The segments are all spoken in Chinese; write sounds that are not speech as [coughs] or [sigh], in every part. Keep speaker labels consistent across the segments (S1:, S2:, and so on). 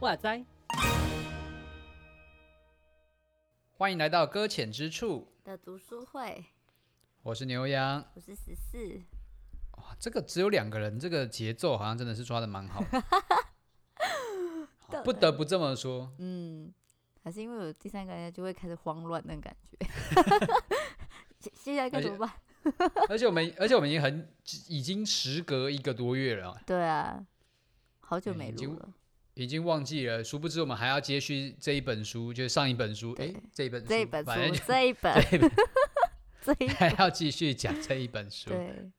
S1: 哇塞！
S2: 欢迎来到搁浅之处，
S3: 的读书会，
S2: 我是牛羊。
S3: 我是十四，
S2: 哇，这个只有两个人，这个节奏好像真的是抓的蛮好。 [laughs] 好不得不这么说，
S3: 嗯，还是因为有第三个人就会开始慌乱那种感
S2: [laughs]
S3: 觉。接接下来该怎么办？
S2: 而且我们，而且我们已经很，已经时隔一个多月了，
S3: 对啊，好久
S2: 哎
S3: 没
S2: 已经
S3: 录了，
S2: 已经忘记了。殊不知我们还要接续这一本书，就是上一本书，
S3: 对
S2: 诶，这一本书，
S3: 这一本
S2: 反正
S3: 书
S2: [laughs] 就，
S3: 这一本，
S2: 这一本
S3: 这
S2: [laughs]
S3: 一
S2: 还要继续讲这一本书。
S3: 对，嗯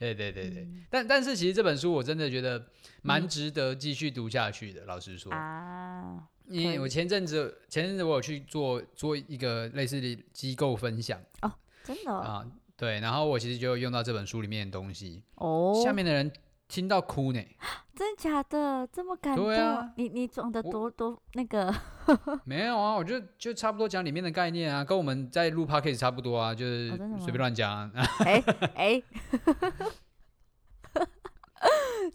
S2: 对对对对，但但是其实这本书我真的觉得蛮值得继续读下去的。老实说，
S3: 啊，
S2: 因
S3: 可
S2: 为
S3: 以
S2: 我前阵子前阵子我有去做做一个类似的机构分享
S3: 真的
S2: 啊、
S3: 哦
S2: 对，然后我其实就用到这本书里面的东西，下
S3: 哦，
S2: 面的人听到哭呢，
S3: 真假的这么感
S2: 对啊
S3: 动？你你装的
S2: 我
S3: 多多那
S2: [laughs]
S3: 个
S2: 没有啊，我就就差不多讲里面的概念啊，跟我们在录 podcast 差不多啊，就是
S3: 哦真的吗
S2: 随便乱讲啊、啊 [laughs]
S3: 哎哎， [laughs]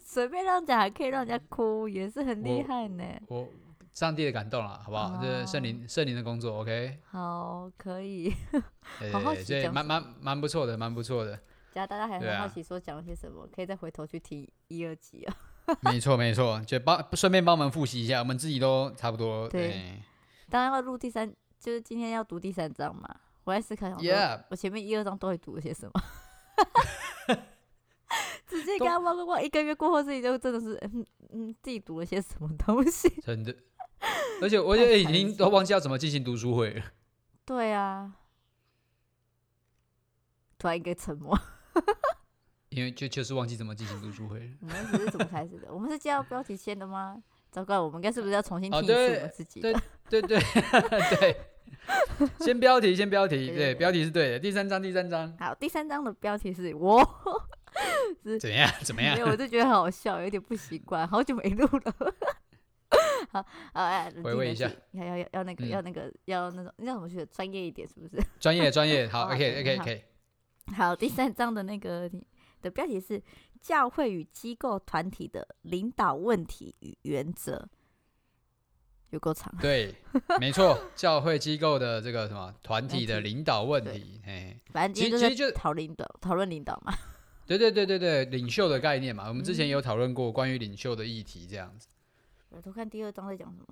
S3: 随便让讲还可以让人家哭，也是很厉
S2: 我
S3: 害呢。
S2: 我上帝的感动了，好不好？这、
S3: 哦
S2: 是圣灵圣灵的工作，OK，
S3: 好，可以。 [laughs]
S2: 对
S3: 好
S2: 对
S3: 好
S2: 对，
S3: 奇
S2: 所以
S3: 讲
S2: 蛮蛮蛮不错的，蛮不错的。
S3: 假如大家还
S2: 对
S3: 很
S2: 啊
S3: 好奇说讲了些什么，可以再回头去听一二集啊。
S2: 没错没错，就帮顺便帮我们复习一下，我们自己都差不多。
S3: 对
S2: 哎
S3: [laughs] 当然要录第三，就是今天要读第三章嘛。我在思考想说
S2: Yeah
S3: 我前面一二章都会读些什
S2: [laughs]
S3: 么。 [laughs] 直接给
S2: 都
S3: 他忘光光，一个月过后自己就真的是，嗯嗯，自己读了些什么东西？ [laughs]
S2: 真的。而且我觉
S3: 太
S2: 得已
S3: 惨
S2: 经
S3: 了
S2: 都忘记要怎么进行读书会了。
S3: 对啊，突然一个
S2: [laughs]
S3: 沉默，
S2: 因为就就是忘记怎么进行读书会了。
S3: 我们只是怎么开始的？我们是接到标题先的吗？糟糕，我们应该是不是要重新
S2: 哦
S3: 听一次
S2: 对
S3: 我们自己的？
S2: 对对 [laughs] 对对，先标题先标题，
S3: 对对
S2: 对
S3: 对
S2: 标题是对的。第三章第三章
S3: 好，第三章的标题是我，
S2: 怎么样 [laughs] 怎么样
S3: 没？有，我就觉得很好笑，有点不习惯，好久没录了。 [laughs] 好，好，哎，冷静
S2: 回味一，下
S3: 冷静要要要那个、
S2: 嗯
S3: 要那个要那种，那怎么学专业一点，是不是？ [laughs]
S2: 专业专业好
S3: 好
S2: ，OK OK
S3: 好
S2: OK，
S3: 好，第三章的那个你的标题是《教会与机构团体的领导问题与原则》，有够长。
S2: 对，没错，教会机构的这个什么团体的
S3: 团体
S2: 领导问
S3: 对
S2: 题，哎，
S3: 反正今
S2: 其
S3: 天
S2: 实其
S3: 就
S2: 实
S3: 是
S2: 就
S3: 讨领导，讨论领导嘛。
S2: 对对对对对，领袖的概念嘛，我们之前有讨论过关于领袖的议题，这样子。
S3: 我偷看第二章在讲什么，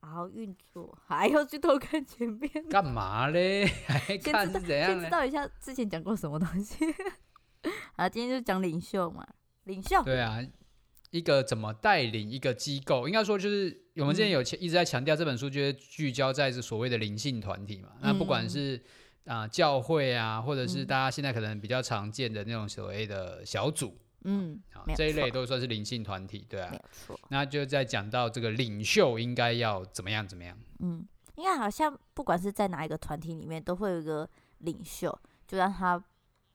S3: 然后运作，还要去偷看前面。
S2: 干嘛嘞？ [laughs] 还
S3: 知
S2: 看是怎样
S3: 先知
S2: 嘞？
S3: 道一下之前讲过什么东西。啊，今天就讲领袖嘛，领
S2: [laughs]
S3: 袖
S2: 对啊，一个怎么带领一个机构，应该说就是我们之前有强一直在强调这本书，就是聚焦在这所谓的灵性团体嘛。那不管
S3: 嗯
S2: 是啊、教会啊，或者是
S3: 嗯
S2: 大家现在可能比较常见的那种所谓的小组
S3: 嗯，
S2: 啊
S3: 没有，
S2: 这一
S3: 错
S2: 类都算是灵性团体，对啊
S3: 没。有错，
S2: 那就在讲到这个领袖应该要怎么样怎么样，
S3: 嗯，应该好像不管是在哪一个团体里面，都会有一个领袖，就让他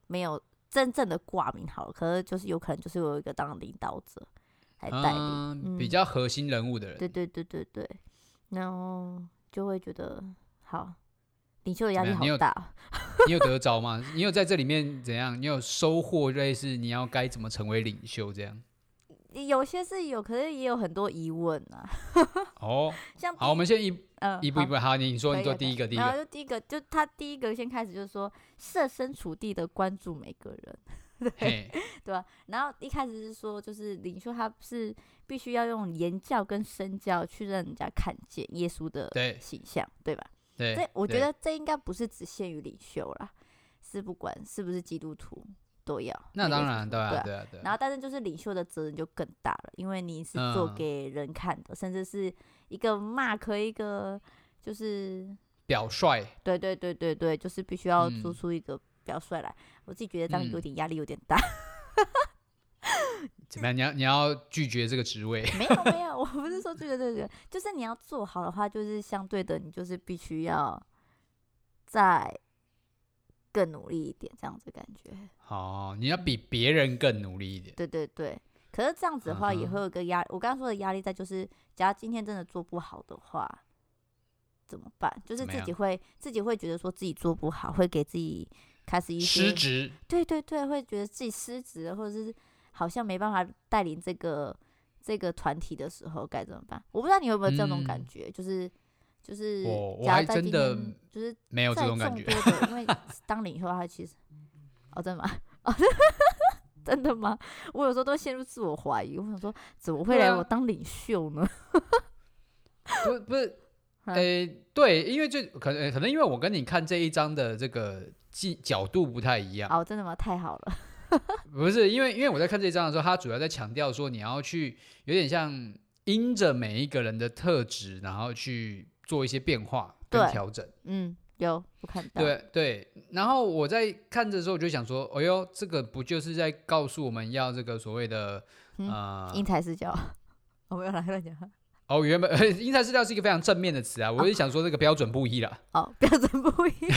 S3: 没有真正的挂名好了，可是就是有可能就是有一个当领导者来带领。
S2: 嗯，比
S3: 嗯
S2: 较核心人物的人，
S3: 对对对对对，然后就会觉得好，领袖的压
S2: 怎么
S3: 力
S2: 样你有
S3: 好大哦。
S2: 你有得着吗？你有在这里面怎样？你有收获类似你要该怎么成为领袖这样？
S3: 有些是有，可是也有很多疑问啊，
S2: 哦，
S3: 像第
S2: 好，我们先一
S3: 嗯
S2: 一步一步，好，你说
S3: 可
S2: 你
S3: 以
S2: 做
S3: 啊
S2: 第一
S3: 可
S2: 个，
S3: 以
S2: 第一
S3: 然
S2: 个
S3: 后就第一个，就他第一个先开始就是说设身处地的关注每个人，
S2: 嘿，
S3: 对吧？然后一开始是说，就是领袖他是必须要用言教跟身教去让人家看见耶稣的
S2: 对
S3: 形象，对吧？
S2: 对，
S3: 这我
S2: 对
S3: 觉得这应该不是只限于领袖啦，是不管是不是基督徒都要。
S2: 那
S3: 每个
S2: 当
S3: 基
S2: 然，
S3: 督徒
S2: 对
S3: 对
S2: 啊，
S3: 啊
S2: 对啊，对啊
S3: 然后，但是就是领袖的责任就更大了，因为你是做
S2: 嗯
S3: 给人看的，甚至是一个 mark 一个就是
S2: 表率，
S3: 对对对对对，就是必须要做
S2: 嗯
S3: 出一个表率来。我自己觉得当
S2: 嗯
S3: 有点压力有点大， [laughs]
S2: 怎么样？你要你要拒绝这个职
S3: [laughs]
S2: 位，
S3: 没有没有，我不是说这个这个，就是你要做好的话，就是相对的，你就是必须要再更努力一点，这样子的感觉。
S2: 哦，你
S3: 嗯
S2: 要比别人更努力一点，
S3: 对对对，可是这样子的话也
S2: 嗯哼
S3: 会有一个压，我刚刚说的压力在就是，假如今天真的做不好的话。怎么办？就是
S2: 怎么
S3: 自己
S2: 样
S3: 会自己会觉得说自己做不好，会给自己开始一些
S2: 失职，
S3: 对对对，会觉得自己失职了，或者是好像没办法带领这个这个团体的时候该怎么办？我不知道你有没有这种感
S2: 嗯
S3: 觉，就是就是
S2: 我，我
S3: 假
S2: 还
S3: 如在
S2: 真
S3: 今
S2: 的
S3: 天就是
S2: 没有这
S3: 在
S2: 种
S3: 众
S2: 感
S3: 多
S2: 觉。
S3: 的，
S2: [laughs]
S3: 因为当领袖，他其实哦，真的吗？哦， [laughs] 真的吗？我有时候都陷入自我怀疑，我想说怎么会
S2: 对
S3: 来
S2: 啊
S3: 我当领袖呢？
S2: [laughs] 不不是，
S3: 嗯
S2: 诶、对，因为就可能可能因为我跟你看这一章的这个技角度不太一样，
S3: 哦，真的吗？太好了，
S2: 不是因为因为我在看这一章的时候，他主要在强调说你要去有点像因着每一个人的特质，然后去做一些变化跟
S3: 对
S2: 调整。
S3: 嗯，有我看到，
S2: 对对，然后我在看的时候，我就想说，哎呦，这个不就是在告诉我们要这个所谓的、
S3: 嗯
S2: 呃
S3: 因材施教， [laughs] 我没有来乱讲话，
S2: 哦，原本 [laughs] 因材施教是一个非常正面的词啊，我就想说这个标准不一啦， [laughs]
S3: 哦，标准不一样，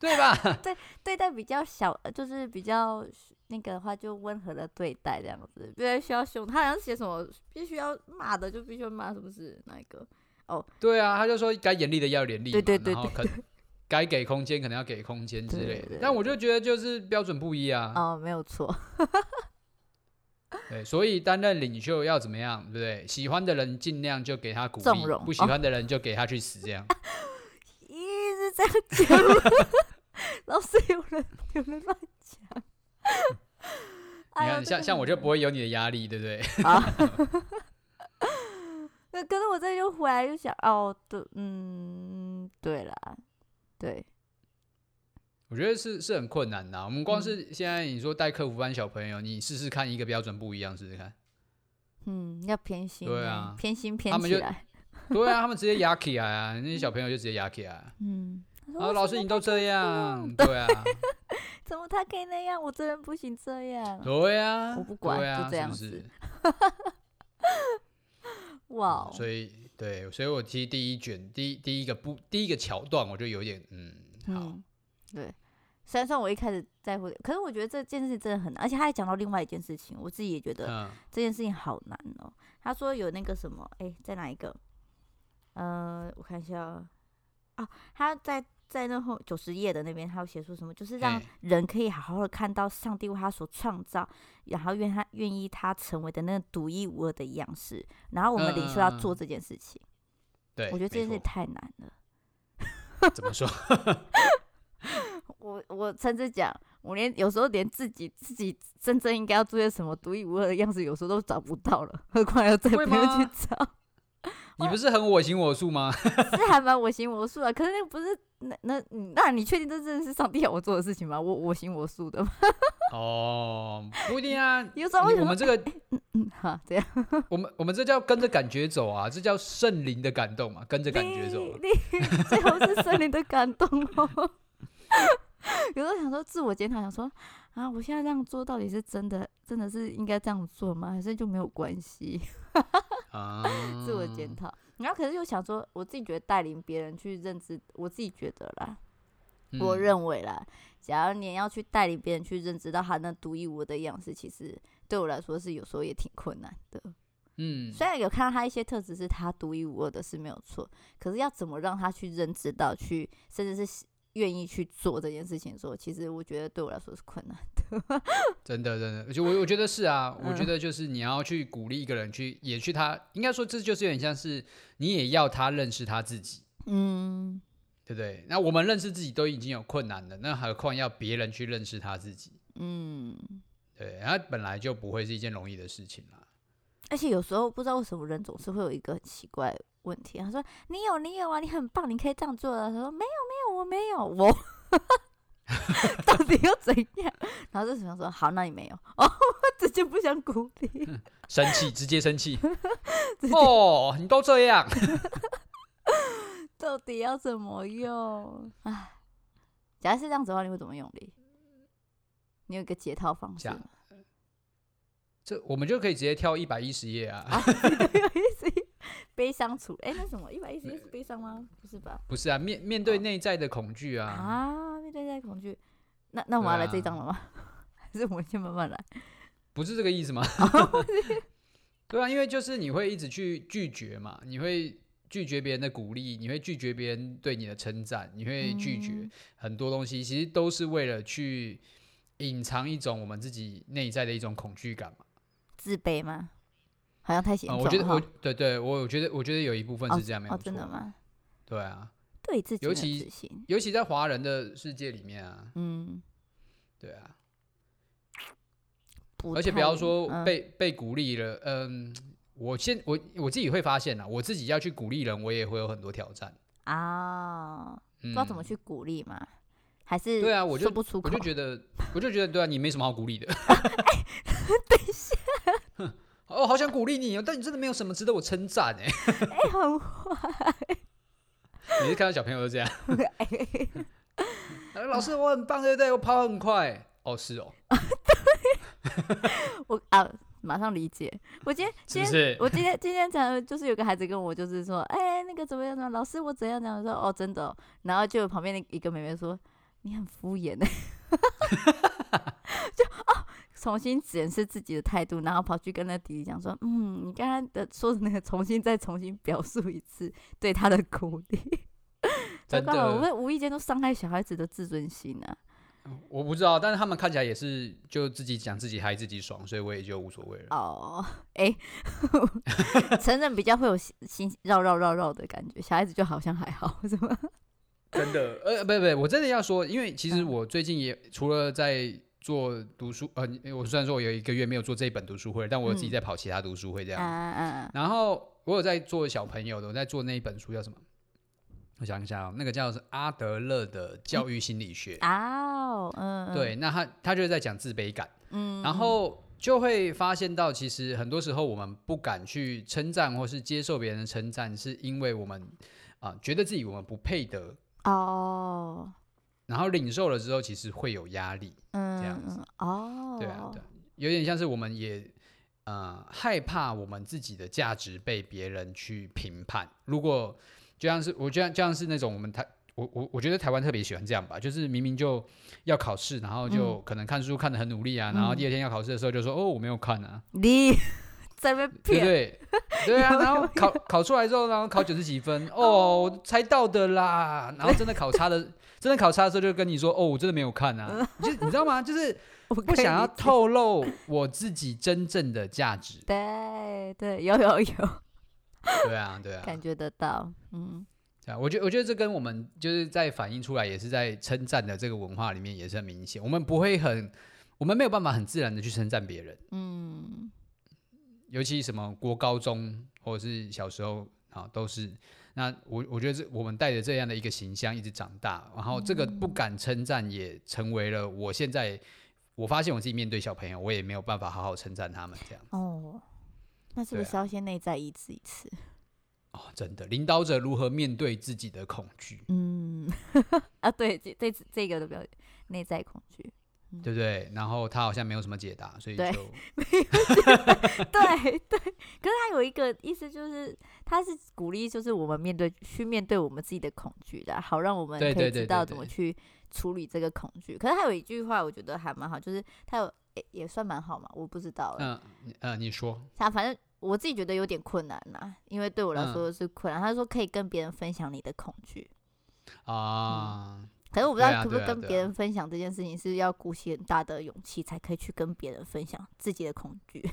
S2: 对吧？
S3: 对待比较小，呃就是比较那个的话，就温和的对待这样子，不然需要凶。他好像写什么必须要骂的，就必须要骂，是不是？哪一个？
S2: 对啊，他就说该严厉的要严厉嘛，
S3: 对对对
S2: 然后可 [laughs] 该给空间可能要给空间之
S3: 对
S2: 类
S3: 对
S2: 的
S3: 对。
S2: 但我就觉得就是标准不一啊，
S3: 哦，没有错，
S2: 对，所以担任领袖要怎么样，对不对？喜欢的人尽量就给他鼓
S3: 纵
S2: 励
S3: 容，
S2: 不喜
S3: 哦
S2: 欢的人就给他去死，这样。
S3: [laughs] 一直在讲， [laughs] 老是有人有人乱讲。
S2: 你
S3: [laughs] 哎呦
S2: 看，像像我就不。会有你的压力，对不对？
S3: 这个很难啊 [laughs] 那可是我这又回来就想，哦，对，嗯，对啦，对，
S2: 我觉得是是很困难的啊、我们光
S3: 嗯
S2: 是现在你说带客服班小朋友，你试试看一个标准不一样，试试看。
S3: 嗯，要偏心
S2: 对
S3: 欸，
S2: 啊
S3: 偏心
S2: 他
S3: 偏
S2: 们
S3: 起
S2: 就
S3: 来，
S2: 对啊，他们直接压起来啊，那些小朋友就直接压起来啊。
S3: 嗯。他说
S2: 然后
S3: 为
S2: 老
S3: 什
S2: 师
S3: 么
S2: 你都这样， [laughs]
S3: 样
S2: 对啊，
S3: 怎么他可以那样，我这边不行这样？
S2: 对啊，
S3: [laughs] 我不管
S2: 对啊，
S3: 就这样
S2: 是不
S3: 子
S2: 是？
S3: 哇哦，
S2: 所以对，所以我其实第一卷第一第一个不第一个桥段，我就有点嗯好
S3: 嗯，对。虽然说我一开始在乎，可是我觉得这件事情真的很难，而且他还讲到另外一件事情，我自己也觉得
S2: 嗯
S3: 这件事情好难哦。他说有那个什么，哎、在哪一个？呃，我看一下哦，哦他在在那后九十页的那边，他有写出什么，就是让
S2: 嘿
S3: 人可以好好的看到上帝为他所创造，然后愿他愿意他成为的那个独一无二的样式。然后我们领袖要
S2: 嗯嗯
S3: 做
S2: 嗯
S3: 这件事情，
S2: 对，
S3: 我觉得这件事
S2: 没
S3: 情
S2: 错
S3: 太难了。 [laughs]
S2: 怎么说？ [laughs]
S3: 我我甚至讲，我连有时候连自己自己真正应该要做些什么独一无二的样子，有时候都找不到了，何况还要再
S2: 会
S3: 不用去
S2: 吗
S3: 找。 [laughs]
S2: 你不是很我行我素吗？ [laughs]
S3: 是还蛮我行我素的，啊可是那个不是那那你那你确定这真的是上帝要我做的事情吗？我我行我素的吗？ [laughs]
S2: 哦，不一定啊。
S3: 有时候为
S2: 你
S3: 什
S2: 我
S3: 么
S2: 们这个
S3: 嗯哈这样
S2: 我们我们这叫跟着感觉走啊，这叫圣灵的感动嘛，跟着感觉走啊。
S3: 你 [laughs] 你最后是森林的感动哦。 [laughs] 有时候想说自我检讨，想说啊，我现在这样做到底是真的，真的是应该这样做吗？还是就没有关系？
S2: 啊
S3: [laughs] 自我检讨，然后可是又想说，我自己觉得带领别人去认知，我自己觉得啦，我
S2: 嗯
S3: 认为啦，假如你要去带领别人去认知到他那独一无二的样式，其实对我来说是有时候也挺困难的。
S2: 嗯，
S3: 虽然有看到他一些特质是他独一无二的，是没有错，可是要怎么让他去认知到，去甚至是喜愿意去做这件事情的时候，其实我觉得对我来说是困难。
S2: 真的真的，而且我我觉得是啊，我觉
S3: 嗯
S2: 得就是你要去鼓励一个人去，也去他，应该说这就是有点像是你也要他认识他自己，
S3: 嗯，
S2: 对不对？那我们认识自己都已经有困难了，那何况要别人去认识他自己？
S3: 嗯，
S2: 对，他本来就不会是一件容易的事情
S3: [laughs]
S2: 啦。
S3: 而且有时候不知道为什么人总是会有一个很奇怪的问题，他说你有你有啊，你很棒，你可以这样做啊。他说没有没有，我没有，我 [laughs] 到底又怎样？然后这时候说好，那你没有哦，我直接不想鼓励，
S2: 生气，直接生
S3: [laughs]
S2: 气 [laughs]
S3: 直接
S2: 哦！你都这样，
S3: [laughs] 到底要怎么用？唉，假如是这样子的话，你会怎么用力？你有一个解套方式
S2: 假
S3: 吗？ [laughs]
S2: 这我们就可以直接跳一百一十页啊。
S3: 有一些悲伤处，哎、那什么一百一十一是悲伤吗？不是吧？
S2: 不是啊，面面对
S3: 哦
S2: 内在的恐惧啊，
S3: 啊，面对这恐惧，那那我们
S2: 对
S3: 要来这一
S2: 啊
S3: 张了吗？ [laughs] 还是我们先慢慢来？
S2: 不是这个意
S3: [laughs]
S2: 思吗？
S3: 哦
S2: [laughs] 对啊，因为就是你会一直去拒绝嘛，你会拒绝别人的鼓励，你会拒绝别人对你的称赞，你会拒绝
S3: 嗯
S2: 很多东西，其实都是为了去隐藏一种我们自己内在的一种恐惧感嘛。
S3: 自卑吗？好像太显
S2: 啊，
S3: 重
S2: 我觉得
S3: 哈
S2: 我对对我我觉得我觉得有一部分
S3: 哦
S2: 是这样，没有
S3: 哦，
S2: 错。
S3: 真的吗？
S2: 对啊，
S3: 对自己
S2: 尤
S3: 没有
S2: 其
S3: 自信，
S2: 尤其在华人的世界里面啊，
S3: 嗯，
S2: 对啊，
S3: 不
S2: 而且
S3: 太
S2: 不要说
S3: 嗯
S2: 被、被鼓励了，嗯，我现我我自己会发现啦，我自己要去鼓励人，我也会有很多挑战，
S3: 啊，
S2: 嗯、
S3: 不知道怎么去鼓励嘛，还是
S2: 对啊我就
S3: 说不出
S2: 我
S3: 口
S2: 就，觉得，我就觉得，对啊，你没什么好鼓励
S3: [laughs]
S2: 的。 [laughs] 等一下，哦，好想鼓励你哦，但你真的没有什么值得我称赞哎。
S3: 哎，很
S2: [laughs] 每次看到小朋友都这样。 [laughs] 老师，我很棒，对不对？我跑很快。哦，是哦，
S3: [laughs] 我啊，马上理解。我今
S2: 是
S3: 天今
S2: 不
S3: 天
S2: 是？
S3: 我今天今天讲的就是有个孩子跟我就是说，哎、那个怎么样怎么样，老师我怎样怎样，我说哦真的哦、然后就有旁边的一个妹妹说你很敷衍呢，
S2: [laughs]
S3: [laughs] 就哦重新检视自己的态度，然后跑去跟那弟弟讲说，嗯，你刚刚的说的那个重新再重新表述一次对他的鼓励，糟
S2: 真
S3: 糕 [laughs] 了，我
S2: 的，
S3: 们无意间都伤害小孩子的自尊心啊。
S2: 我不知道，但是他们看起来也是就自己讲自己嗨自己爽，所以我也就无所谓了。
S3: 哦，哎、
S2: [laughs]
S3: 成人比较会有心心绕绕绕绕的感觉，小孩子就好像还好，是吗？
S2: 真的，呃，不不，我真的要说，因为其实
S3: 嗯
S2: 我最近也除了在做读书，呃，我虽然说我有一个月没有做这一本读书会，但我有自己
S3: 嗯
S2: 在跑其他读书会这
S3: 啊
S2: 样。
S3: 啊，啊
S2: 然后我有在做小朋友的，我在做那一本书叫什么？我想一下哦，那个叫是阿德勒的教育心理学。
S3: 啊哦，嗯，嗯，
S2: 对，那他他就是在讲自卑感，
S3: 嗯，
S2: 然后就会发现到，其实很多时候我们不敢去称赞或是接受别人的称赞，是因为我们啊、觉得自己我们不配得，
S3: 哦，
S2: 然后领受了之后，其实会有压力。
S3: 嗯，
S2: 样子
S3: 嗯，哦，
S2: 对啊，对啊有点像是我们也呃害怕我们自己的价值被别人去评判。如果就像是我就像就像是那种我们台我我我觉得台湾特别喜欢这样吧，就是明明就要考试，然后
S3: 嗯
S2: 就可能看书看得很努力啊，然后第二天要考试的时候就说哦我没有看啊，
S3: 你在被
S2: 对不
S3: 骗，
S2: 对？对啊，
S3: [laughs] 有
S2: 然后
S3: 有
S2: 考考出来之后，然后考九十几分，哦，我猜到的啦。然后真的考差的，真的考差的时候就跟你说，哦，我真的没有看
S3: [laughs]
S2: 啊。你就你知道吗？就是
S3: 我
S2: 不
S3: 可以
S2: 想要
S3: 理解，。
S2: 透露我自己真正的价值
S3: [laughs] 对对，有有有，
S2: 对啊，对啊，
S3: 感觉得到，嗯，
S2: 对啊。我觉得，我觉得这跟我们就是在反映出来，也是在称赞的这个文化里面也是很明显。我们不会很，我们没有办法很自然的去称赞别人，
S3: 嗯，
S2: 尤其什么国高中或者是小时候啊，都是。那我我觉得这我们带着这样的一个形象一直长大，然后这个不敢称赞也成为了我现在我发现我自己面对小朋友，我也没有办法好好称赞他们这样。
S3: 哦，那是不
S2: 对啊
S3: 是要先内在医治一次？
S2: 哦，真的，领导者如何面对自己的恐惧，
S3: 嗯， [laughs] 啊，对，这这这个的表内在恐惧，
S2: 对不对？然后他好像没有什么解答，所以
S3: 对
S2: 就
S3: [laughs] 对对，可是他有一个意思，就是他是鼓励，就是我们面对去面对我们自己的恐惧的，好让我们
S2: 对
S3: 可
S2: 对对
S3: 以知
S2: 对
S3: 道怎么
S2: 对
S3: 去处理这个恐惧。可是他有一句话，我觉得还蛮好，就是他有诶也算蛮好嘛，我不知道欸，
S2: 嗯你呃，你说
S3: 他反正我自己觉得有点困难呐、因为对我来
S2: 嗯
S3: 说是困难。他说可以跟别人分享你的恐惧，
S2: 啊、
S3: 可是我不知
S2: 对啊
S3: 道可不
S2: 对
S3: 可以
S2: 啊
S3: 跟
S2: 对
S3: 别
S2: 啊
S3: 人分享这件事情是要鼓起很大的勇气才可以去跟别人分享自己的恐惧。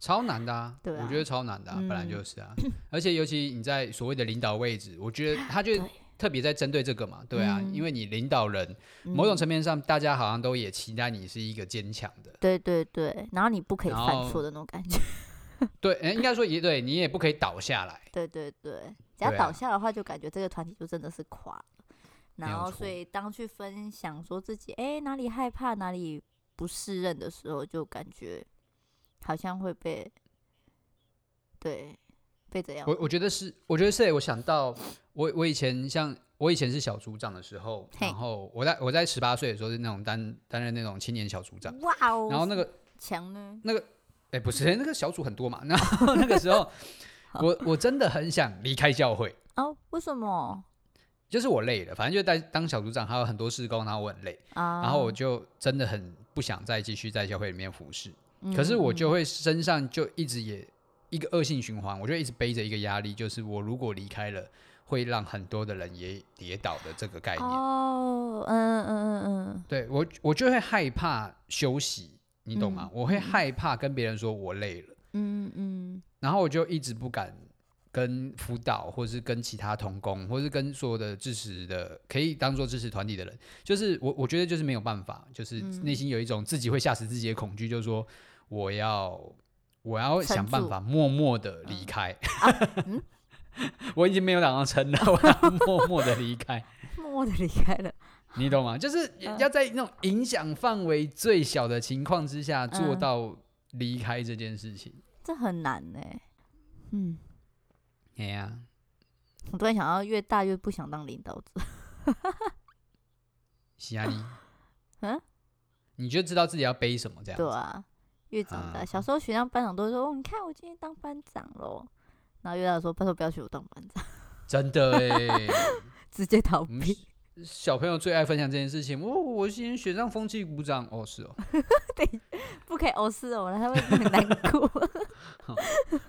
S2: 超难的、啊，
S3: 对
S2: 我
S3: 啊
S2: 觉得超难的、啊，本来
S3: 嗯
S2: 就是啊， [coughs] 而且尤其你在所谓的领导位置，我觉得他就
S3: 对
S2: 特别在针对这个嘛，对啊，因
S3: 嗯
S2: 为你领导人，某种
S3: 嗯
S2: 层面上，大家好像都也期待你是一个坚强的，
S3: 对对对，然后你不可以
S2: 然
S3: 犯
S2: 后
S3: 错的那种感觉。
S2: 对，哎应该说也对你也不可以倒下来，
S3: 对对对，只要
S2: 对啊
S3: 倒下的话，就感觉这个团体就真的是垮了。
S2: 没有
S3: 然后，
S2: 错
S3: 所以当去分享说自己哎哪里害怕、哪里不适任的时候，就感觉好像会被对被怎样
S2: 我？我觉得是，我觉得是欸。我想到我我以前像我以前是小组长的时候，
S3: 嘿
S2: 然后我在我在十八岁的时候是那种担担任那种青年小组长，
S3: 哇哦！
S2: 然后那个
S3: 强呢？
S2: 哎、不是那个小组很多嘛， [laughs]
S3: [laughs]
S2: 然后那个时候
S3: 好
S2: 我我真的很想离开教会，
S3: 哦，为什么
S2: 就是我累了，反正就在当小组长还有很多事工，然后我很累，
S3: 啊？
S2: 然后我就真的很不想再继续在教会里面服侍，可是
S3: 嗯
S2: 我
S3: 嗯
S2: 就会身上就一直也一个恶性循环，我就一直背着一个压力，就是我如果离开了，会让很多的人也跌倒的这个概念。
S3: 哦，嗯嗯嗯嗯，
S2: 对我，我就会害怕休息，你懂吗？
S3: 嗯
S2: 我会
S3: 嗯
S2: 害怕跟别人说我累了，
S3: 嗯嗯，
S2: 然后我就一直不敢跟辅导，或是跟其他同工，或是跟所有的支持的，可以当做支持团体的人，就是我我觉得就是没有办法，就是
S3: 嗯
S2: 内心有一种自己会吓死自己的恐惧，就是说我要我要
S3: 撑
S2: 想办
S3: 住
S2: 法默默的离开。
S3: 嗯
S2: [laughs] 我已经没有想要撑了， [laughs] 我要默默的离开，
S3: 默默的离开了。
S2: 你懂吗？就是
S3: 嗯
S2: 要在那种影响范围最小的情况之下做
S3: 嗯
S2: 到离开这件事情。
S3: 这很难呢、嗯，
S2: 哎呀、
S3: 我突然想到，越大越不想当领导者。
S2: 西安尼，
S3: [gasps] 嗯，
S2: 你就知道自己要背什么这样子。
S3: 对啊，越长大，
S2: 啊
S3: 小时候学当班长都会说：“哦，你看我今天当班长喽。”然后越大说：“拜托不要学我当班长， [laughs]
S2: 真的哎、
S3: 直接逃
S2: 我们
S3: 避。
S2: 小朋友最爱分享这件事情。哦，我今天学上风气鼓掌。哦，是哦，
S3: 不可以偶是哦，然后他会很难过。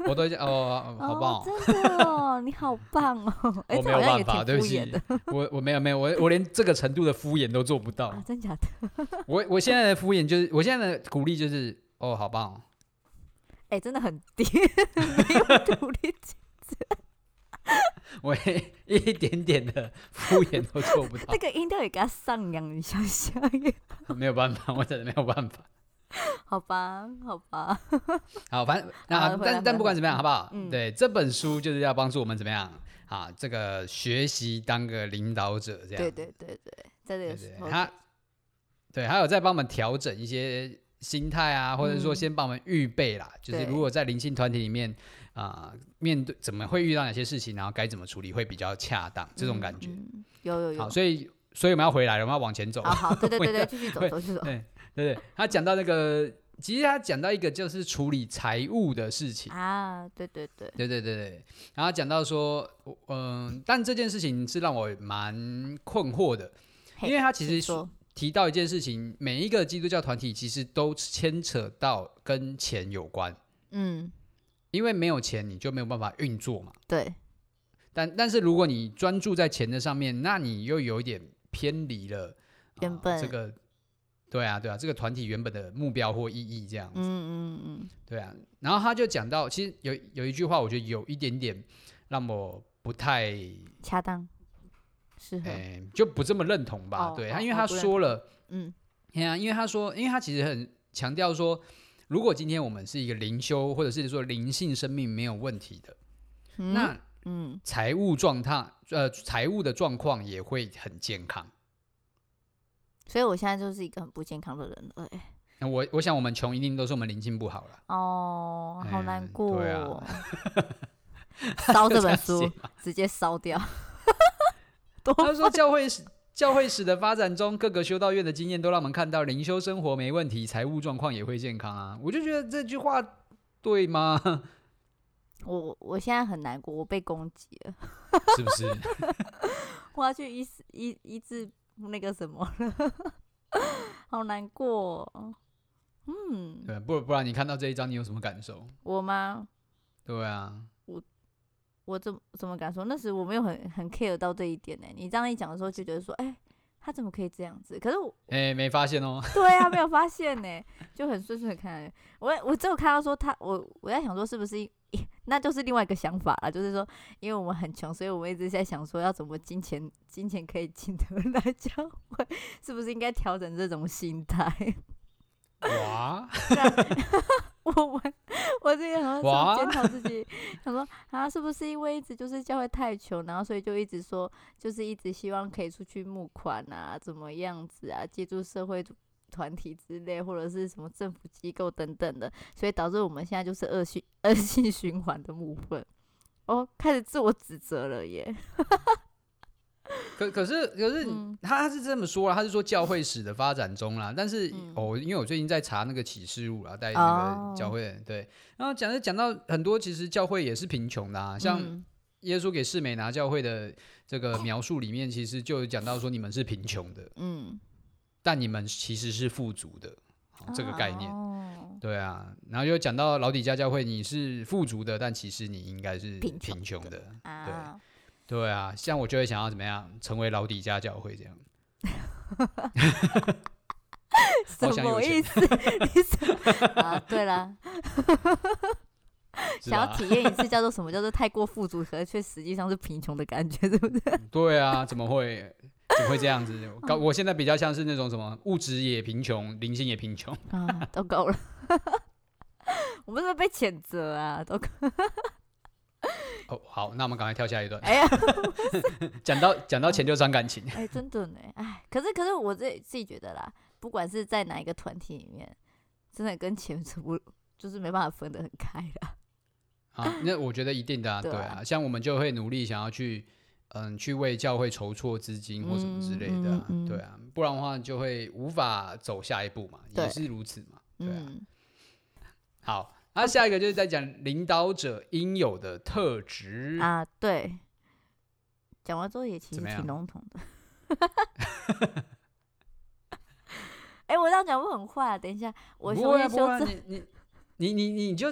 S2: 我都讲哦， [laughs] 好棒、
S3: 哦，真的哦，你好棒
S2: [laughs]
S3: 哦！哎、
S2: 我
S3: 这
S2: 没
S3: 好
S2: 有
S3: 像
S2: 办
S3: 也
S2: 法，
S3: 挺
S2: 对
S3: 敷
S2: 不
S3: 衍
S2: 起
S3: 的，
S2: 我我没有没有，我我连这个程度的敷衍都做不到
S3: 啊，。真假的？
S2: 我我现在的敷衍就是，我现在的鼓励就是，哦，好 [laughs] 棒、哦。
S3: 哎、真的很低， [laughs] 没有独立精，
S2: 我一点点的敷衍都做不
S3: 那个音调也给他上扬一下下 [laughs] 耶。
S2: 到，没有办法，我真的没有办法。
S3: 好吧，好吧，
S2: 好，反正
S3: 好
S2: 那
S3: 回来
S2: 但
S3: 回
S2: 但
S3: 来
S2: 不管怎么样，好不好？
S3: 嗯
S2: 对，这本书就是要帮助我们怎么样啊？这个学习当个领导者，这样
S3: 对对对对，在这
S2: 对
S3: 个
S2: 对
S3: 时，候，
S2: 他对还有在帮我们调整一些心态啊，或者说
S3: 嗯
S2: 先帮我们预备啦，就是
S3: 对
S2: 如果在灵性团体里面啊、面对怎么会遇到哪些事情，然后该怎么处理会比较恰当，这种
S3: 嗯
S2: 感觉。
S3: 嗯有有有，
S2: 好，所以所以我们要回来了，我们要往前走。
S3: 好好，对对对对，继续走
S2: 会
S3: 走继续走，
S2: 对对对，他讲到那个，其实他讲到一个就是处理财务的事情。
S3: 啊，对对对，
S2: 对对对对，然后讲到说，我嗯、但这件事情是让我蛮困惑的，
S3: 嘿
S2: 因为他其
S3: 请
S2: 实
S3: 说
S2: 提到一件事情，每一个基督教团体其实都牵扯到跟钱有关，
S3: 嗯，
S2: 因为没有钱你就没有办法运作嘛。
S3: 对，
S2: 但但是如果你专注在钱的上面，那你又有一点偏离了、啊
S3: 原本
S2: 这个，对啊对啊，这个团体原本的目标或意义这样子。
S3: 嗯嗯嗯，
S2: 对啊，然后他就讲到，其实有有一句话，我觉得有一点点让我不太，
S3: 恰当，适合，
S2: 诶、哎就不这么认同吧。
S3: 嗯哦
S2: 对，
S3: 哦
S2: 他因为
S3: 哦
S2: 他
S3: 不认
S2: 说了，
S3: 嗯
S2: 对啊，因为他说，因为他其实很强调说，如果今天我们是一个灵修，或者是说灵性生命没有问题的，
S3: 嗯
S2: 那
S3: 嗯，
S2: 财务状态，呃，财务的状况也会很健康。
S3: 所以我现在就是一个很不健康的人了，哎，
S2: 那我我想，我们穷一定都是我们灵性不好
S3: [laughs]
S2: 了。
S3: 哦，好
S2: 哎
S3: 难过
S2: 对啊
S3: 哦，
S2: [laughs]
S3: 烧这
S2: 这
S3: 本
S2: 样
S3: 书
S2: 写
S3: 直接烧掉，多
S2: 他说教会史。教会史的发展中，各个修道院的经验都让我们看到，灵修生活没问题，财务状况也会健康啊！我就觉得这句话对吗？ [laughs]
S3: 我我现在很难过，我被攻击了，
S2: 是不是？
S3: 我要去医医医治那个什么了， [laughs] 好难过哦、嗯，
S2: 对，不不然你看到这一章，你有什么感受？
S3: 我吗？
S2: 对啊，
S3: 我怎么怎么敢说？那时我没有很很 care 到这一点呢、你这样一讲的时候，就觉得说，哎、他怎么可以这样子？可是我
S2: 哎、没发现哦。
S3: 对啊，没有发现呢、就很顺顺地看。我我只有看到说他，我我在想说是不是因， [laughs] 那就是另外一个想法啦，就是说，因为我们很穷，所以我们一直在想说要怎么金钱金钱可以进得来教会， [laughs] 是不是应该调整这种心态？
S2: 哇，
S3: [laughs] 我们我这个好像
S2: 哇
S3: 是检讨自己，想说啊，是不是因为一直就是教会太穷，然后所以就一直说，就是一直希望可以出去募款啊，怎么样子啊，借助社会组团体之类，或者是什么政府机构等等的，所以导致我们现在就是恶性恶性循环的部分。哦，开始自我指责了耶。
S2: 可可是可是、
S3: 嗯
S2: 他是这么说啦，他是说教会史的发展中啦，但是、
S3: 嗯
S2: 哦，因为我最近在查那个启示录啦，带那
S3: 哦
S2: 个教会的人、对，然后讲着讲到很多，其实教会也是贫穷的啊，像。
S3: 嗯
S2: 耶稣给世美拿教会的这个描述里面，其实就有讲到说，你们是贫穷的，
S3: 嗯，
S2: 但你们其实是富足的，好嗯这个概念。
S3: 哦
S2: 对啊，然后又讲到老底家教会，你是富足的，但其实你应该是
S3: 贫穷
S2: 贫穷的。
S3: 啊，
S2: 对啊，像我就会想要怎么样，成为老底家教会这样。
S3: 什
S2: 好想有
S3: 么
S2: 钱
S3: [laughs] 意思？你什啊？对啦，
S2: 是
S3: 想
S2: 吧
S3: 要？体验一次叫做什么叫做太过富足，可是却实际上是贫穷的感觉，对不
S2: [laughs]
S3: 对？
S2: 对啊，怎么会怎么会这样子？
S3: 嗯
S2: 搞我现在比较像是那种什么物质也贫穷，灵性也贫穷。
S3: 啊， [laughs] 糟糕了，我们是不是被谴责啊？糟糕，
S2: 哦，好，那我们赶快跳下一 [laughs] 段。
S3: 哎呀，
S2: 讲到讲到钱就伤感情，
S3: 哎，真的呢，哎，可是可是我自己自己觉得啦，不管是在哪一个团体里面，真的跟钱是不就是没办法分得很开的。
S2: 啊，那我觉得一定的啊，
S3: 对
S2: 对
S3: 啊
S2: 啊，像我们就会努力想要去，嗯，去为教会筹措资金或什么之类的啊、
S3: 嗯嗯嗯
S2: 对啊，不然的话就会无法走下一步嘛，
S3: 对
S2: 也是如此嘛， [laughs] 对啊。
S3: 嗯，
S2: 好，那、下一个就是在讲领导者应有的特质，
S3: 啊，对。讲完之后也其实
S2: 怎么
S3: 挺
S2: 样
S3: 笼统的。
S2: [laughs]
S3: 哎、我这样讲会很坏啊！等一下，我
S2: 不
S3: 修
S2: 会啊
S3: 一
S2: 不
S3: 修
S2: 会啊
S3: 正。
S2: 你你你你你就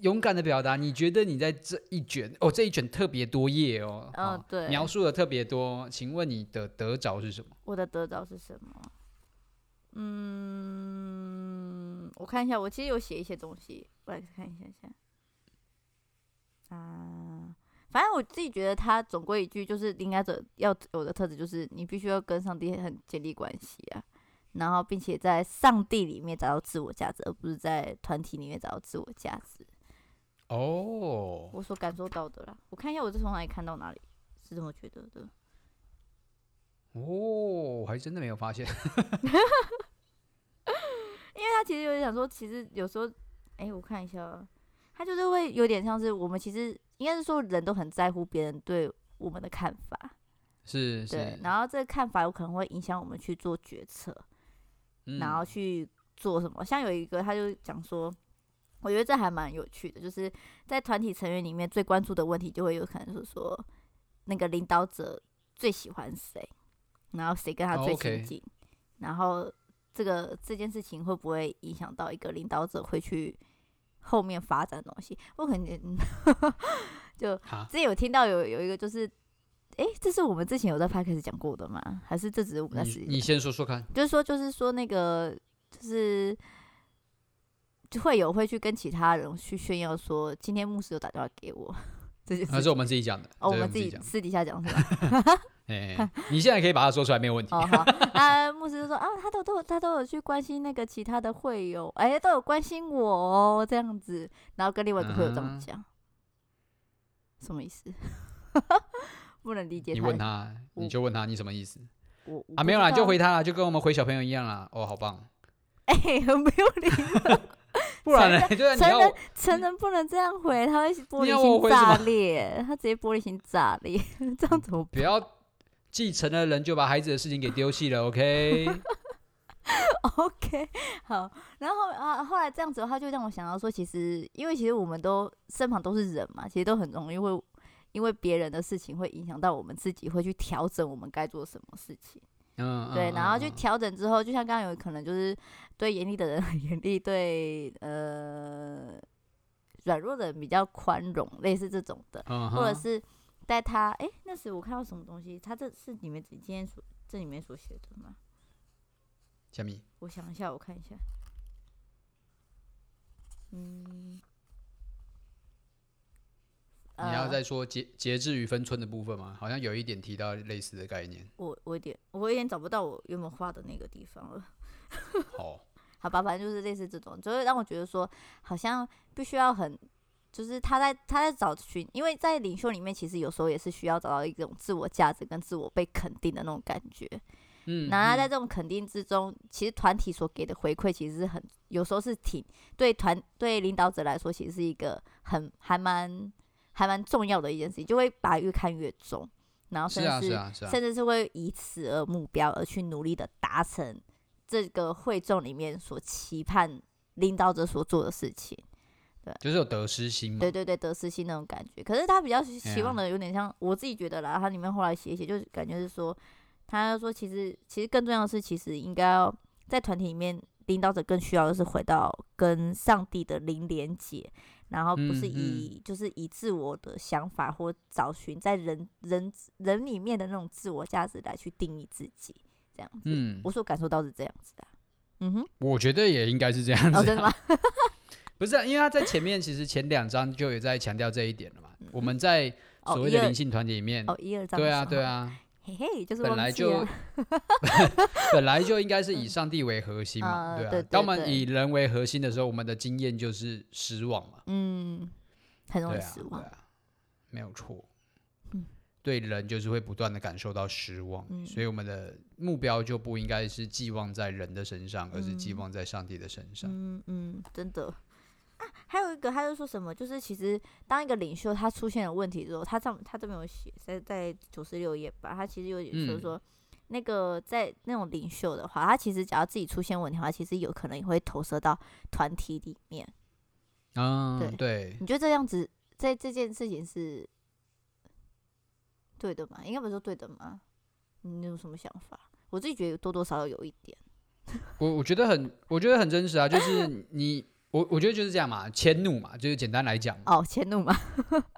S2: 勇敢的表达，你觉得你在这一卷哦，这一卷特别多页哦，
S3: 嗯
S2: 哦
S3: 对
S2: 描述的特别多，请问你的得着是什么？
S3: 我的得着是什么？嗯，我看一下，我其实有写一些东西，我来看一下下。啊，反正我自己觉得他总归一句就是应该者要有的特质，就是你必须要跟上帝很建立关系啊，然后并且在上帝里面找到自我价值，而不是在团体里面找到自我价值。
S2: 哦，
S3: 我所感受到的啦，我看一下我是从哪里看到哪里是这么觉得的。
S2: 哦，我还真的没有发现。
S3: 他其实有点想说，其实有时候，哎、我看一下啊，他就是会有点像是我们其实应该是说人都很在乎别人对我们的看法，
S2: 是是，
S3: 对，然后这个看法有可能会影响我们去做决策，然后
S2: 嗯
S3: 去做什么。像有一个他就讲说，我觉得这还蛮有趣的，就是在团体成员里面最关注的问题，就会有可能是说那个领导者最喜欢谁，然后谁跟他
S2: 哦
S3: 最
S2: ，OK
S3: 亲近，然后这个这件事情会不会影响到一个领导者会去后面发展的东西？我肯定 [laughs] 就
S2: 哈
S3: 之前有听到有有一个就是。诶，这是我们之前有在 p 开始讲过的吗？还是这只是我们在实
S2: 你
S3: 际
S2: 你先说说看。
S3: 就是说，就是说那个就是就会有会去跟其他人去炫耀说，今天牧师有打电话给我这件
S2: 那
S3: 事
S2: 是
S3: 情。
S2: 我们自己讲的，
S3: 哦，我
S2: 对
S3: 们自己
S2: 讲的。
S3: 私底下讲
S2: [laughs]
S3: 是吧？
S2: 哎，哎
S3: [laughs]
S2: 你现在可以把它说出来，没有问题。
S3: 哦好，啊，牧师就说啊，他都都有他都有去关心那个其他的会友，哎，都有关心我哦，这样子，然后跟另外一个会友这样
S2: 嗯
S3: 讲，什么意思？ [laughs] 不能理解
S2: 你
S3: 他
S2: 问
S3: 的。
S2: 他，
S3: 我
S2: 你就问他你什么意思
S3: 我我
S2: 啊？
S3: 不
S2: 没有
S3: 知
S2: 啦，就
S3: 道
S2: 回他啦，就跟我们回小朋友一样啦。哦，好棒。
S3: 哎，很 [laughs] 没有礼
S2: [laughs] 不然呢？啊
S3: 承
S2: 就是你
S3: 承
S2: 要
S3: 认
S2: 我
S3: 成人不能这样回，他会玻
S2: 你要
S3: 璃
S2: 我
S3: 心
S2: 回什
S3: 炸
S2: 么
S3: 裂，他直接玻璃心炸裂， [laughs] 这样
S2: [laughs]
S3: 怎么
S2: 不要继承了人就把孩子的事情给丢弃了，OK？
S3: [laughs] OK，好， [laughs] 然后啊，后来这样子的话，就让我想到说，其实因为其实我们都身旁都是人嘛，其实都很容易会因为别人的事情会影响到我们自己，会去调整我们该做什么事情。
S2: 嗯，
S3: 对，
S2: 嗯
S3: 然后
S2: 嗯
S3: 去
S2: 嗯
S3: 调整之后，就像刚刚有可能就是对严厉的人 [laughs] 很严厉，对呃软弱的人比较宽容，类似这种的。
S2: 嗯
S3: 或者
S2: 哼
S3: 是带他，哎、那时我看到什么东西，他这是你们今天所这里面所写的吗？
S2: 小米，
S3: 我想一下，我看一下，嗯，
S2: 你要
S3: 呃
S2: 再说节节制与分寸的部分吗？好像有一点提到类似的概念。
S3: 我我有点我有点找不到我原本画的那个地方了。
S2: 好，
S3: 好吧，反正就是类似这种，就会让我觉得说，好像必须要很，就是他在他在找寻，因为在领袖里面，其实有时候也是需要找到一种自我价值跟自我被肯定的那种感觉。
S2: 嗯，
S3: 然后在
S2: 嗯
S3: 这种肯定之中，其实团体所给的回馈其实是很，有时候是挺对团对领导者来说，其实是一个很还蛮还蛮重要的一件事情，就会把它越看越重，然后
S2: 是
S3: 甚
S2: 啊
S3: 至
S2: 是啊是啊
S3: 甚，至是会以此而目标而去努力的达成这个会众里面所期盼领导者所做的事情。
S2: 就是有得失心嘛。
S3: 对对对，得失心那种感觉。可是他比较希
S2: 哎呀
S3: 希望的有点像我自己觉得啦，他里面后来写一写，就是感觉是说，他说其实其实更重要的是，其实应该要在团体里面，领导者更需要的是回到跟上帝的零连接，然后不是
S2: 嗯
S3: 以、就是以自我的想法或找寻在人人人里面的那种自我价值来去定义自己，这样子。
S2: 嗯， [laughs]
S3: 我所感受到是这样子的啊、嗯哼，哦
S2: 我觉得也应该是这样子、
S3: 哦，真的吗？
S2: [laughs] 不不是啊、因为他在前面其实前两章就有在强调这一点了嘛。
S3: 嗯
S2: 我们在所谓的灵性团体里面，
S3: 哦，一二章的
S2: 对啊
S3: 时
S2: 对
S3: 候，
S2: 啊，
S3: 嘿嘿，就是
S2: 本
S3: 忘
S2: 来
S3: 记啊
S2: 就
S3: 了
S2: [laughs] 本来就应该是以上帝为核心嘛，
S3: 呃
S2: 啊。
S3: 对对
S2: 当我们
S3: 对
S2: 以人为核心的时候，我们的经验就是失望嘛，
S3: 嗯，很容
S2: 对
S3: 易
S2: 啊
S3: 失
S2: 对
S3: 望。
S2: 啊，没有错。
S3: 嗯
S2: 对人就是会不断的感受到失望，
S3: 嗯
S2: 所以我们的目标就不应该是寄望在人的身上，而是寄
S3: 嗯
S2: 望在上帝的身上。
S3: 嗯嗯，真的。啊，还有一个，他就说什么，就是其实当一个领袖他出现了问题之后，他这他这边有写在在九十六页吧，他其实有点说
S2: 嗯
S3: 说，那个在那种领袖的话，他其实只要自己出现问题的话，其实有可能也会投射到团体里面。
S2: 嗯，
S3: 对
S2: 对，
S3: 你觉得这样子，在这件事情是对的吗？应该不是说对的吗？你有什么想法？我自己觉得多多少少有一点。
S2: 我我觉得很，我觉得很真实啊，就是你，我我觉得就是这样嘛，迁怒嘛，就是简单来讲嘛，
S3: 哦，迁怒嘛，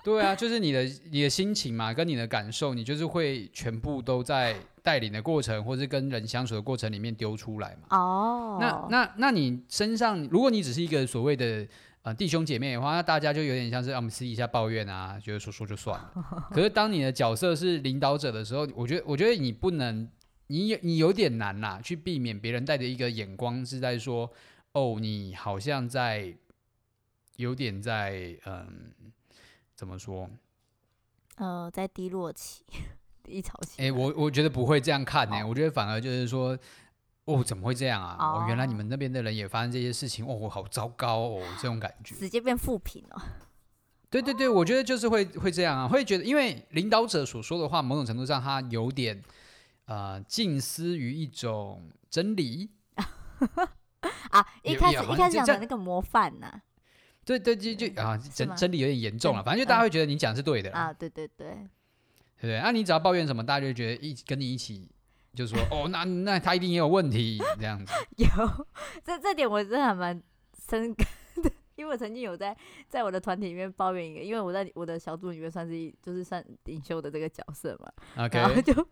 S2: 对啊，就是你的你的心情嘛，跟你的感受，你就是会全部都在带领的过程，或是跟人相处的过程里面丢出来嘛。
S3: 哦，
S2: 那那那你身上，如果你只是一个所谓的呃弟兄姐妹的话，那大家就有点像是啊，我们私底下抱怨啊，觉得说说就算了。可是当你的角色是领导者的时候，我觉得我觉得你不能，你有你有点难啦，去避免别人带着一个眼光是在说，哦，你好像在有点在嗯，怎么说？
S3: 呃，在低落期，低潮期。
S2: 哎、我我觉得不会这样看呢、我觉得反而就是说，哦，怎么会这样啊？哦，原来你
S3: 哦
S2: 们那边的人也发生这些事情，哦，我好糟糕哦，这种感觉。
S3: 直接变负评哦。
S2: [laughs] 对对对，我觉得就是会会这样啊，会觉得因为领导者所说的话，某种程度上他有点呃近似于一种真理。
S3: 啊，一
S2: 也
S3: 开
S2: 也
S3: 始
S2: 好
S3: 一
S2: 像
S3: 开始
S2: 这
S3: 讲
S2: 这
S3: 的那个模范呐、
S2: 对对，就就啊，真
S3: 吗
S2: 真理有点严重了，
S3: 嗯
S2: 反正就大家会觉得你讲是对的啦，
S3: 啊，对对对，
S2: 对不对？啊那、你只要抱怨什么，大家就会觉得一起跟你一起就说哦，那那他一定也有问题这样
S3: [laughs]
S2: 子。
S3: 有这这点我真的还蛮深刻的，因为我曾经有在在我的团体里面抱怨一个，因为我在我的小组里面算是一就是算领袖的这个角色嘛， [laughs] 然后
S2: OK，
S3: 就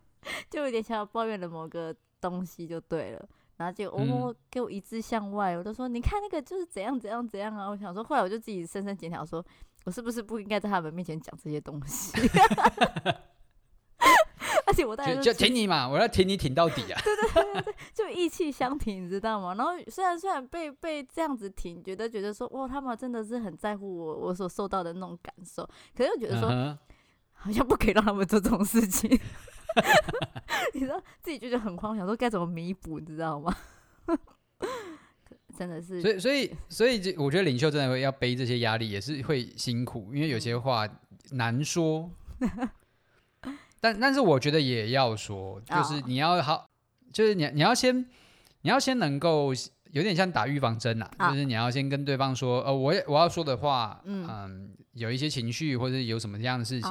S3: 就有点想要抱怨了某个东西就对了。然后就哦
S2: 嗯，
S3: 给我一致向外，我就说你看那个就是怎样怎样怎样啊！我想说，后来我就自己深深检讨，说我是不是不应该在他们面前讲这些东西？ [laughs] 而且我大概
S2: 就
S3: 就
S2: 就
S3: 其实
S2: 挺你嘛，我要挺你挺到底啊。
S3: 就意气相挺，你知道吗？然后虽然虽然被被这样子挺，觉得觉得说哇，他们真的是很在乎我我所受到的那种感受，可是又觉得
S2: 嗯
S3: 说、
S2: 哼，
S3: 好像不可以让他们做这种事情， [laughs] 你知道自己就觉得很慌，想说该怎么弥补，你知道吗？ [laughs] 真的是
S2: 所以所以所以，这我觉得领袖真的会要背这些压力，也是会辛苦，因为有些话难
S3: [laughs]
S2: 说，但但是我觉得也要说，就是
S3: 哦
S2: 你要好，就是你你要先你要先能够有点像打预防针啦、
S3: 啊
S2: 就是你要先跟对方说，呃，我也我要说的话，嗯
S3: 嗯哦
S2: 有一些情绪或者有什么样的事情。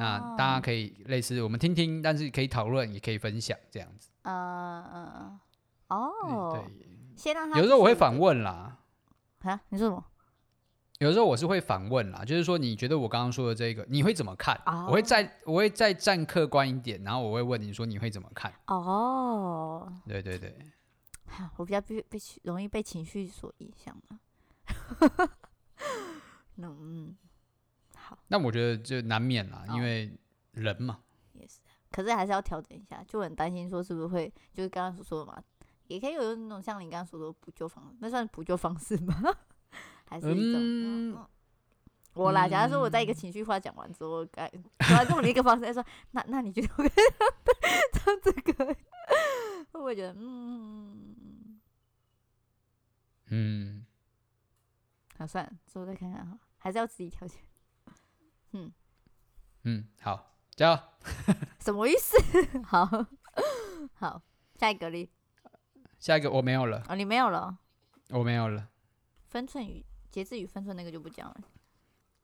S2: 那大家
S3: 家
S2: 可以类似我们听听，但是可以讨论，也可以分享这样子。
S3: 嗯嗯嗯
S2: 嗯
S3: 哦，先让他
S2: 对，有时候我会
S3: 自己
S2: 反问啦，
S3: 啊，你说什么？
S2: 有时候我是会反问啦，就是说你觉得我刚刚说的这个，你会怎么看？
S3: 哦
S2: 我会再我会再站客观一点，然后我会问你说你会怎么看？
S3: 哦，
S2: 对对对，
S3: 啊我比较被被情容易被情绪所影响嘛。 [laughs] 那嗯，好，
S2: 那我觉得就难免啦，
S3: 哦
S2: 因为人嘛，
S3: 也是，可是还是要调整一下，就很担心说是不是会，就是刚刚所说的嘛，也可以有那种像你刚刚所说的补救方，那算补救方式吗？ [laughs] 还是一种？嗯
S2: 嗯
S3: 嗯我啦，假如说我在一个情绪化讲完之后，该突然用你一个方式来说， [laughs] 那那你觉得我这样子 [laughs] 可以？会不会觉得嗯，
S2: 嗯，
S3: 好算了，之后再看看哈，还是要自己调节。 [laughs]
S2: 嗯，好，加油。
S3: 什么意思？ [laughs] 好好，下一个哩
S2: 下一个我没有了，
S3: 哦，你没有了哦，
S2: 我没有了，
S3: 分寸与节制与分寸那个就不讲了，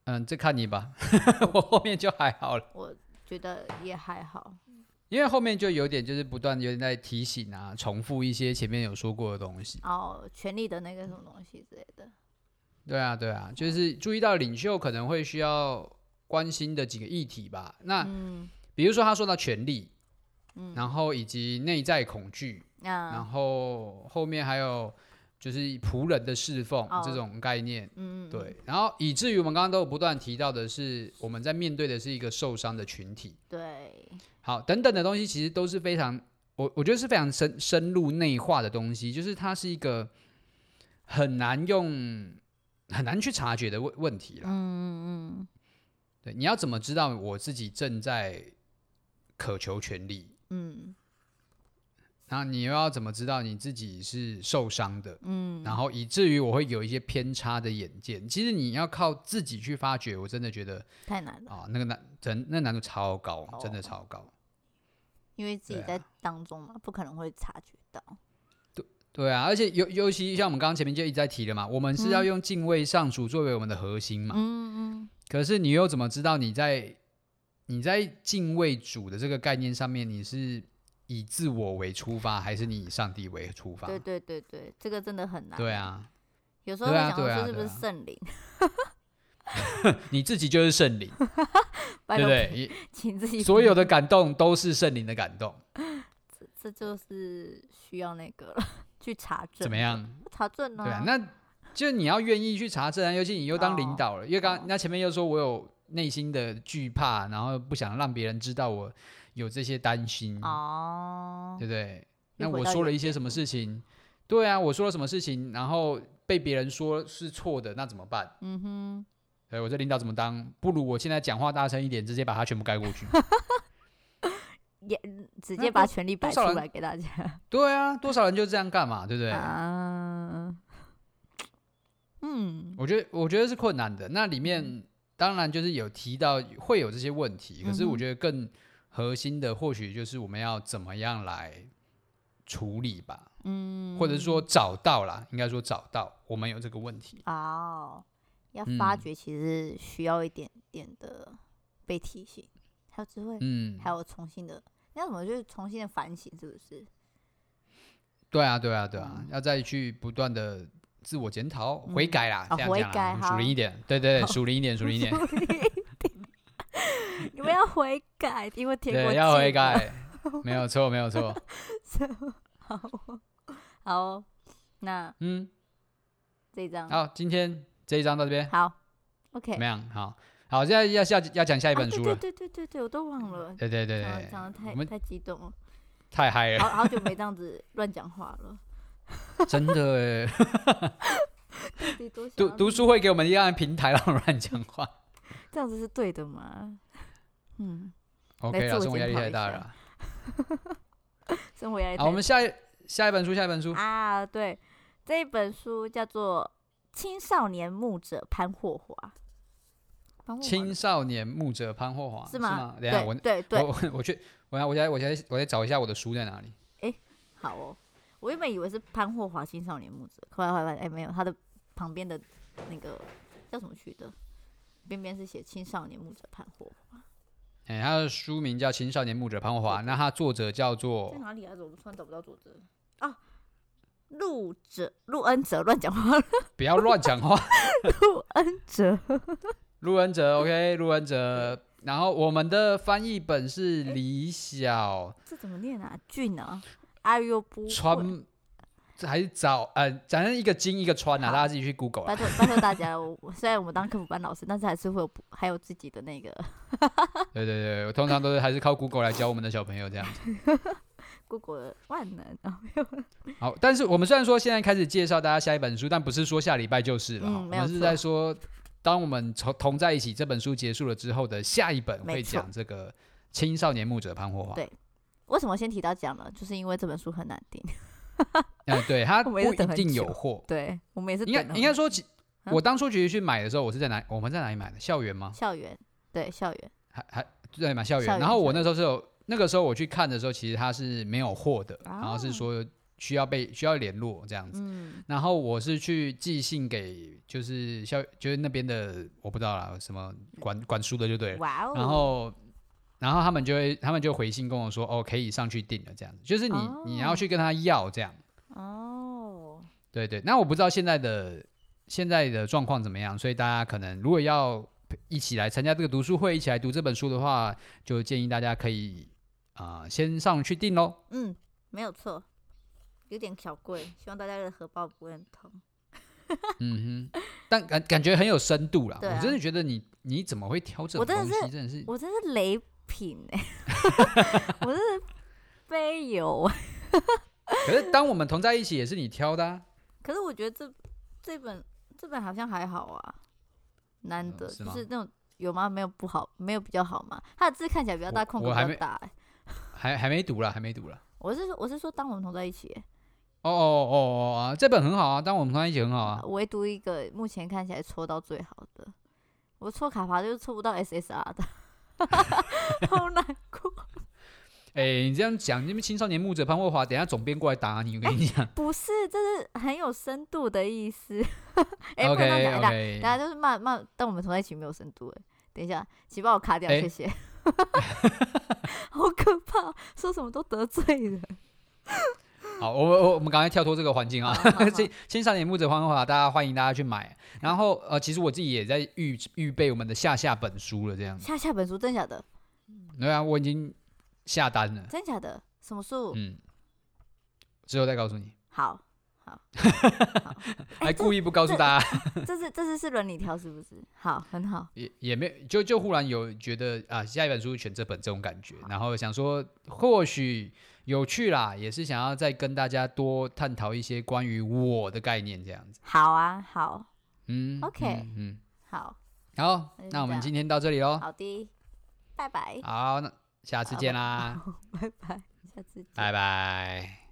S2: 嗯，这看你吧， [laughs] 我后面就还好了，
S3: 我觉得也还好。
S2: 因为后面就有点就是不断有点在提醒啊，重复一些前面有说过的东西。
S3: 哦，权力的那个什么东西之类的，
S2: 对啊，对啊，就是注意到领袖可能会需要关心的几个议题吧。那
S3: 嗯
S2: 比如说他说到权力，
S3: 嗯，啊
S2: 然后以及内在恐惧，
S3: 那
S2: 然后后面还有就是仆人的侍奉、
S3: 哦
S2: 这种概念。
S3: 嗯，嗯，
S2: 对，然后以至于我们刚刚都有不断提到的是，我们在面对的是一个受伤的群体。
S3: 对，
S2: 好，等等的东西其实都是非常，我我觉得是非常深深入内化的东西，就是它是一个很难用很难去察觉的问问题啦。
S3: 嗯嗯
S2: 对，你要怎么知道我自己正在渴求权利？
S3: 嗯
S2: 那你又要怎么知道你自己是受伤的？
S3: 嗯
S2: 然后以至于我会有一些偏差的眼见。其实你要靠自己去发掘，我真的觉得
S3: 嗯，太难了，
S2: 啊，那个难真那难度超高，真的
S3: 哦
S2: 超高。
S3: 因为自己
S2: 对啊
S3: 在当中嘛，不可能会察觉到。
S2: 对啊，而且尤尤其像我们刚刚前面就一直在提了嘛，我们是要
S3: 嗯
S2: 用敬畏上主作为我们的核心嘛。
S3: 嗯嗯
S2: 可是你又怎么知道你在你在敬畏主的这个概念上面，你是以自我为出发，还是你以上帝为出
S3: 嗯，
S2: 发？
S3: 对对对对，这个真的很难。
S2: 对，啊，
S3: 有时候会
S2: 对啊
S3: 想说
S2: 对啊
S3: 这是不
S2: 对
S3: 是
S2: 啊 [laughs]
S3: 圣灵？
S2: 你自己就是圣灵，
S3: 拜
S2: 对不
S3: 托，
S2: 对？你
S3: 请 [laughs] 自己
S2: 所有的
S3: 不
S2: 感动都是圣灵的感动，
S3: 要，这就是需要那个了 [laughs] 去查证。
S2: 怎么？样？
S3: 查证呢？
S2: 对啊，那就你要愿意去查证啊，尤其你又当领
S3: 哦
S2: 导了，因为刚
S3: 哦
S2: 那前面又说我有内心的惧怕，然后不想让别人知道我有这些担心，
S3: 哦
S2: 对，不对？
S3: 又
S2: 那
S3: 回
S2: 我
S3: 到
S2: 说了
S3: 原
S2: 一些
S3: 点
S2: 什么
S3: 了
S2: 事情？对啊，我说了什么事情，然后被别人说是错的，那怎么办？
S3: 嗯哼，
S2: 对，我这领导怎么当？不如我现在讲话大声一点，直接把它全部盖过
S3: [laughs]
S2: 去。
S3: 也直
S2: 那
S3: 接
S2: 多
S3: 把权力摆
S2: 多
S3: 出
S2: 少人
S3: 来给大家。
S2: 对啊，多少人就这样干嘛，对不对？
S3: 嗯啊，嗯，
S2: 我觉得我觉得是困难的。那里面当然就是有提到会有这些问题，可是
S3: 嗯
S2: 我
S3: 哼
S2: 觉得更核心的或许就是我们要怎么样来处理吧，
S3: 嗯，
S2: 或者是说找到啦，应该说找到我们有这个问题。
S3: 哦，要发
S2: 嗯
S3: 掘其实需要一点点的被提醒，还有智慧，
S2: 嗯，
S3: 还有重新的，那怎么就是重新的反省，是不是？
S2: 对啊，对啊，对啊，
S3: 嗯
S2: 要再去不断的自我检讨、悔
S3: 嗯
S2: 改啦，
S3: 哦
S2: 这样
S3: 悔
S2: 讲
S3: 改
S2: 啦，属灵
S3: 好
S2: 一点，对对对，属灵一点，属灵一
S3: [laughs]
S2: 点，
S3: 你们要悔改，因为天国
S2: 对，要悔
S3: 近了。 [laughs]
S2: 改，没有错，没有错，
S3: 好哦，好哦，那 [laughs]
S2: 嗯，
S3: 这一张
S2: 好，今天这一章到这边
S3: 好
S2: 怎
S3: ，OK
S2: 么。样？好，好，现在要下要讲下一
S3: 啊，
S2: 本
S3: 对
S2: 书
S3: 对
S2: 了，
S3: 对对对对，哦我都忘了，
S2: 对对对
S3: 讲
S2: 对
S3: 得，讲的
S2: 我
S3: 太
S2: 们
S3: 太激动了，
S2: 太嗨了，
S3: 好好久没这样子乱讲话
S2: [laughs]
S3: 了，
S2: 真的耶，
S3: 自己多想
S2: 读
S3: 要
S2: 读
S3: 录
S2: 书会给我们一样的平台，让我们乱讲
S3: [laughs]
S2: 话。
S3: 这样子是对的吗？ [laughs] 嗯，
S2: OK
S3: 来自
S2: 了，
S3: 我
S2: 生活压
S3: 检
S2: 力
S3: 讨
S2: 太
S3: 一
S2: 大
S3: 下
S2: 了啦。
S3: 生活压力
S2: 好，
S3: 太
S2: 我们下一下一本书，下一本书，
S3: 啊，对，这一本书叫做《青少年牧者潘霍华》，潘霍华
S2: 青少年牧者潘霍华
S3: 是吗
S2: 等一下我
S3: 对对对，
S2: 我我我去，我我再我再我再找一下我的书在哪里。
S3: 好哦。我原本以为是潘霍华青少年牧者，后来后来哎没有，他的旁边的那个叫什么去的边边是写青少年牧者潘霍华，
S2: 哎、他的书名叫《青少年牧者潘霍华》，那他作者叫做
S3: 在哪里啊？我们突然找不到作者啊。陆者陆恩哲乱讲话， [laughs]
S2: 不要乱讲话，
S3: 陆恩哲
S2: 陆文哲，OK，陆文哲。然后我们的翻译本是李小
S3: 这怎么念啊？俊啊，哎呦不会，
S2: 川，这还是早呃，反正一个金一个川啊，
S3: 好
S2: 大家自己去 Google
S3: 拜
S2: 啊。
S3: 托拜托大家，我我虽然我们当科普班老师，但是还是会有不还有自己的那个
S2: 对对对，我通常都是还是靠 Google 来教我们的小朋友这样子。
S3: Google 的万能啊。
S2: 好，但是我们虽然说现在开始介绍大家下一本书，但不是说下礼拜就是了哈、
S3: 嗯
S2: 我
S3: 没有
S2: 们是
S3: 错
S2: 在说，当我们从同在一起这本书结束了之后的下一本
S3: 没
S2: 会
S3: 错
S2: 讲这个青少年牧者潘霍华。
S3: 对 [laughs] 为什么先提到讲呢？就是因为这本书很难订。
S2: 嗯，对，它
S3: [laughs] 我
S2: 不
S3: 们也
S2: 一
S3: 等很
S2: 定
S3: 久
S2: 有货。
S3: [laughs] 对我们也是
S2: 应该
S3: 等了
S2: 应该说，其
S3: 啊
S2: 我当初其实去买的时候，我是在哪？我们在哪里买的？校园吗？
S3: 校园，对校园，
S2: 还还对嘛？校
S3: 校
S2: 园。
S3: 园
S2: 然后我
S3: 校
S2: 那时候是有，那个时候我去看的时候，其实它是没有货的，然后
S3: 哦
S2: 是说需要被需要联络这样子。
S3: 嗯，
S2: 然后我是去寄信给，就是校，就是那边的，我不知道啦，什么管管书的就对了。
S3: 哇哦，
S2: 然后，然后他们就会，他们就回信跟我说，哦，可以上去订了，这样子，就是你、你要
S3: 哦
S2: 去跟他要这样，
S3: 哦，
S2: 对对。那我不知道现在的现在的状况怎么样，所以大家可能如果要一起来参加这个读书会，一起来读这本书的话，就建议大家可以啊、呃先上去订喽。
S3: 嗯，没有错，有点小贵，希望大家的荷包不会很痛。
S2: 嗯哼，但感感觉很有深度啦。
S3: 对啊
S2: 我真的觉得你你怎么会挑这
S3: 我
S2: 种
S3: 真
S2: 东
S3: 的
S2: 西？
S3: 是
S2: 真的是
S3: 我真是雷品哎、 [laughs] 我是 [laughs] 非油。
S2: 可是当我们同在一起，也是你挑的、啊。
S3: 可是我觉得这这本这本好像还好啊，难
S2: 嗯
S3: 得、
S2: 是
S3: 就
S2: 吗
S3: 是那种有吗？没有不好，没有比较好嘛。他的字看起来比较大，
S2: 我
S3: 空
S2: 我
S3: 格
S2: 还
S3: 比
S2: 没
S3: 较大、欸。
S2: 还还没读啦，还没读啦。
S3: 我是说我是说，当我们同在一起欸、
S2: 哦哦哦哦啊，这本很好啊，当我们同在一起很好啊。
S3: 唯独一个目前看起来抽到最好的，我抽卡牌就是抽不到 SSR
S2: [laughs]
S3: 的，好难过。
S2: 哎、你这样讲，你们青少年牧者潘慧华，等一下总编过来打你，我跟你讲。
S3: [laughs] 不是，这是很有深度的意思。 [laughs] 哎、不
S2: OK
S3: 能这样讲，哎
S2: OK，
S3: 等下就是慢慢，但我们同在一起没有深度哎。等一下，请帮我卡掉，
S2: 哎
S3: 谢 [laughs] 谢。好可怕，说什么都得罪人。
S2: 好，我我我们赶快跳脱这个环境啊
S3: 好
S2: [laughs]
S3: 好好！嗯
S2: 青青少年牧者潘慧华，大家欢迎大家去买。然后呃，其实我自己也在预预备我们的下下本书了，这样。
S3: 下下本书真假的？
S2: 对啊，我已经下单了。
S3: 真假的？什么书？
S2: 嗯，之后再告诉你，
S3: 好，
S2: [laughs]
S3: 哎
S2: 还故意不告诉大家，
S3: 这是这是是伦理条是不是？好，很好。
S2: 也也没有就就忽然有觉得啊，下一本书选这本这种感觉，然后想说或许有趣啦，也是想要再跟大家多探讨一些关于我的概念这样子。
S3: 好啊，好，
S2: 嗯
S3: OK
S2: 嗯嗯，
S3: 好，
S2: 好
S3: 那就，
S2: 那我
S3: 这
S2: 们
S3: 样
S2: 今天到这里喽。
S3: 好的，拜拜，
S2: 好，那下次见啦，
S3: 拜拜，下次见。
S2: 拜拜。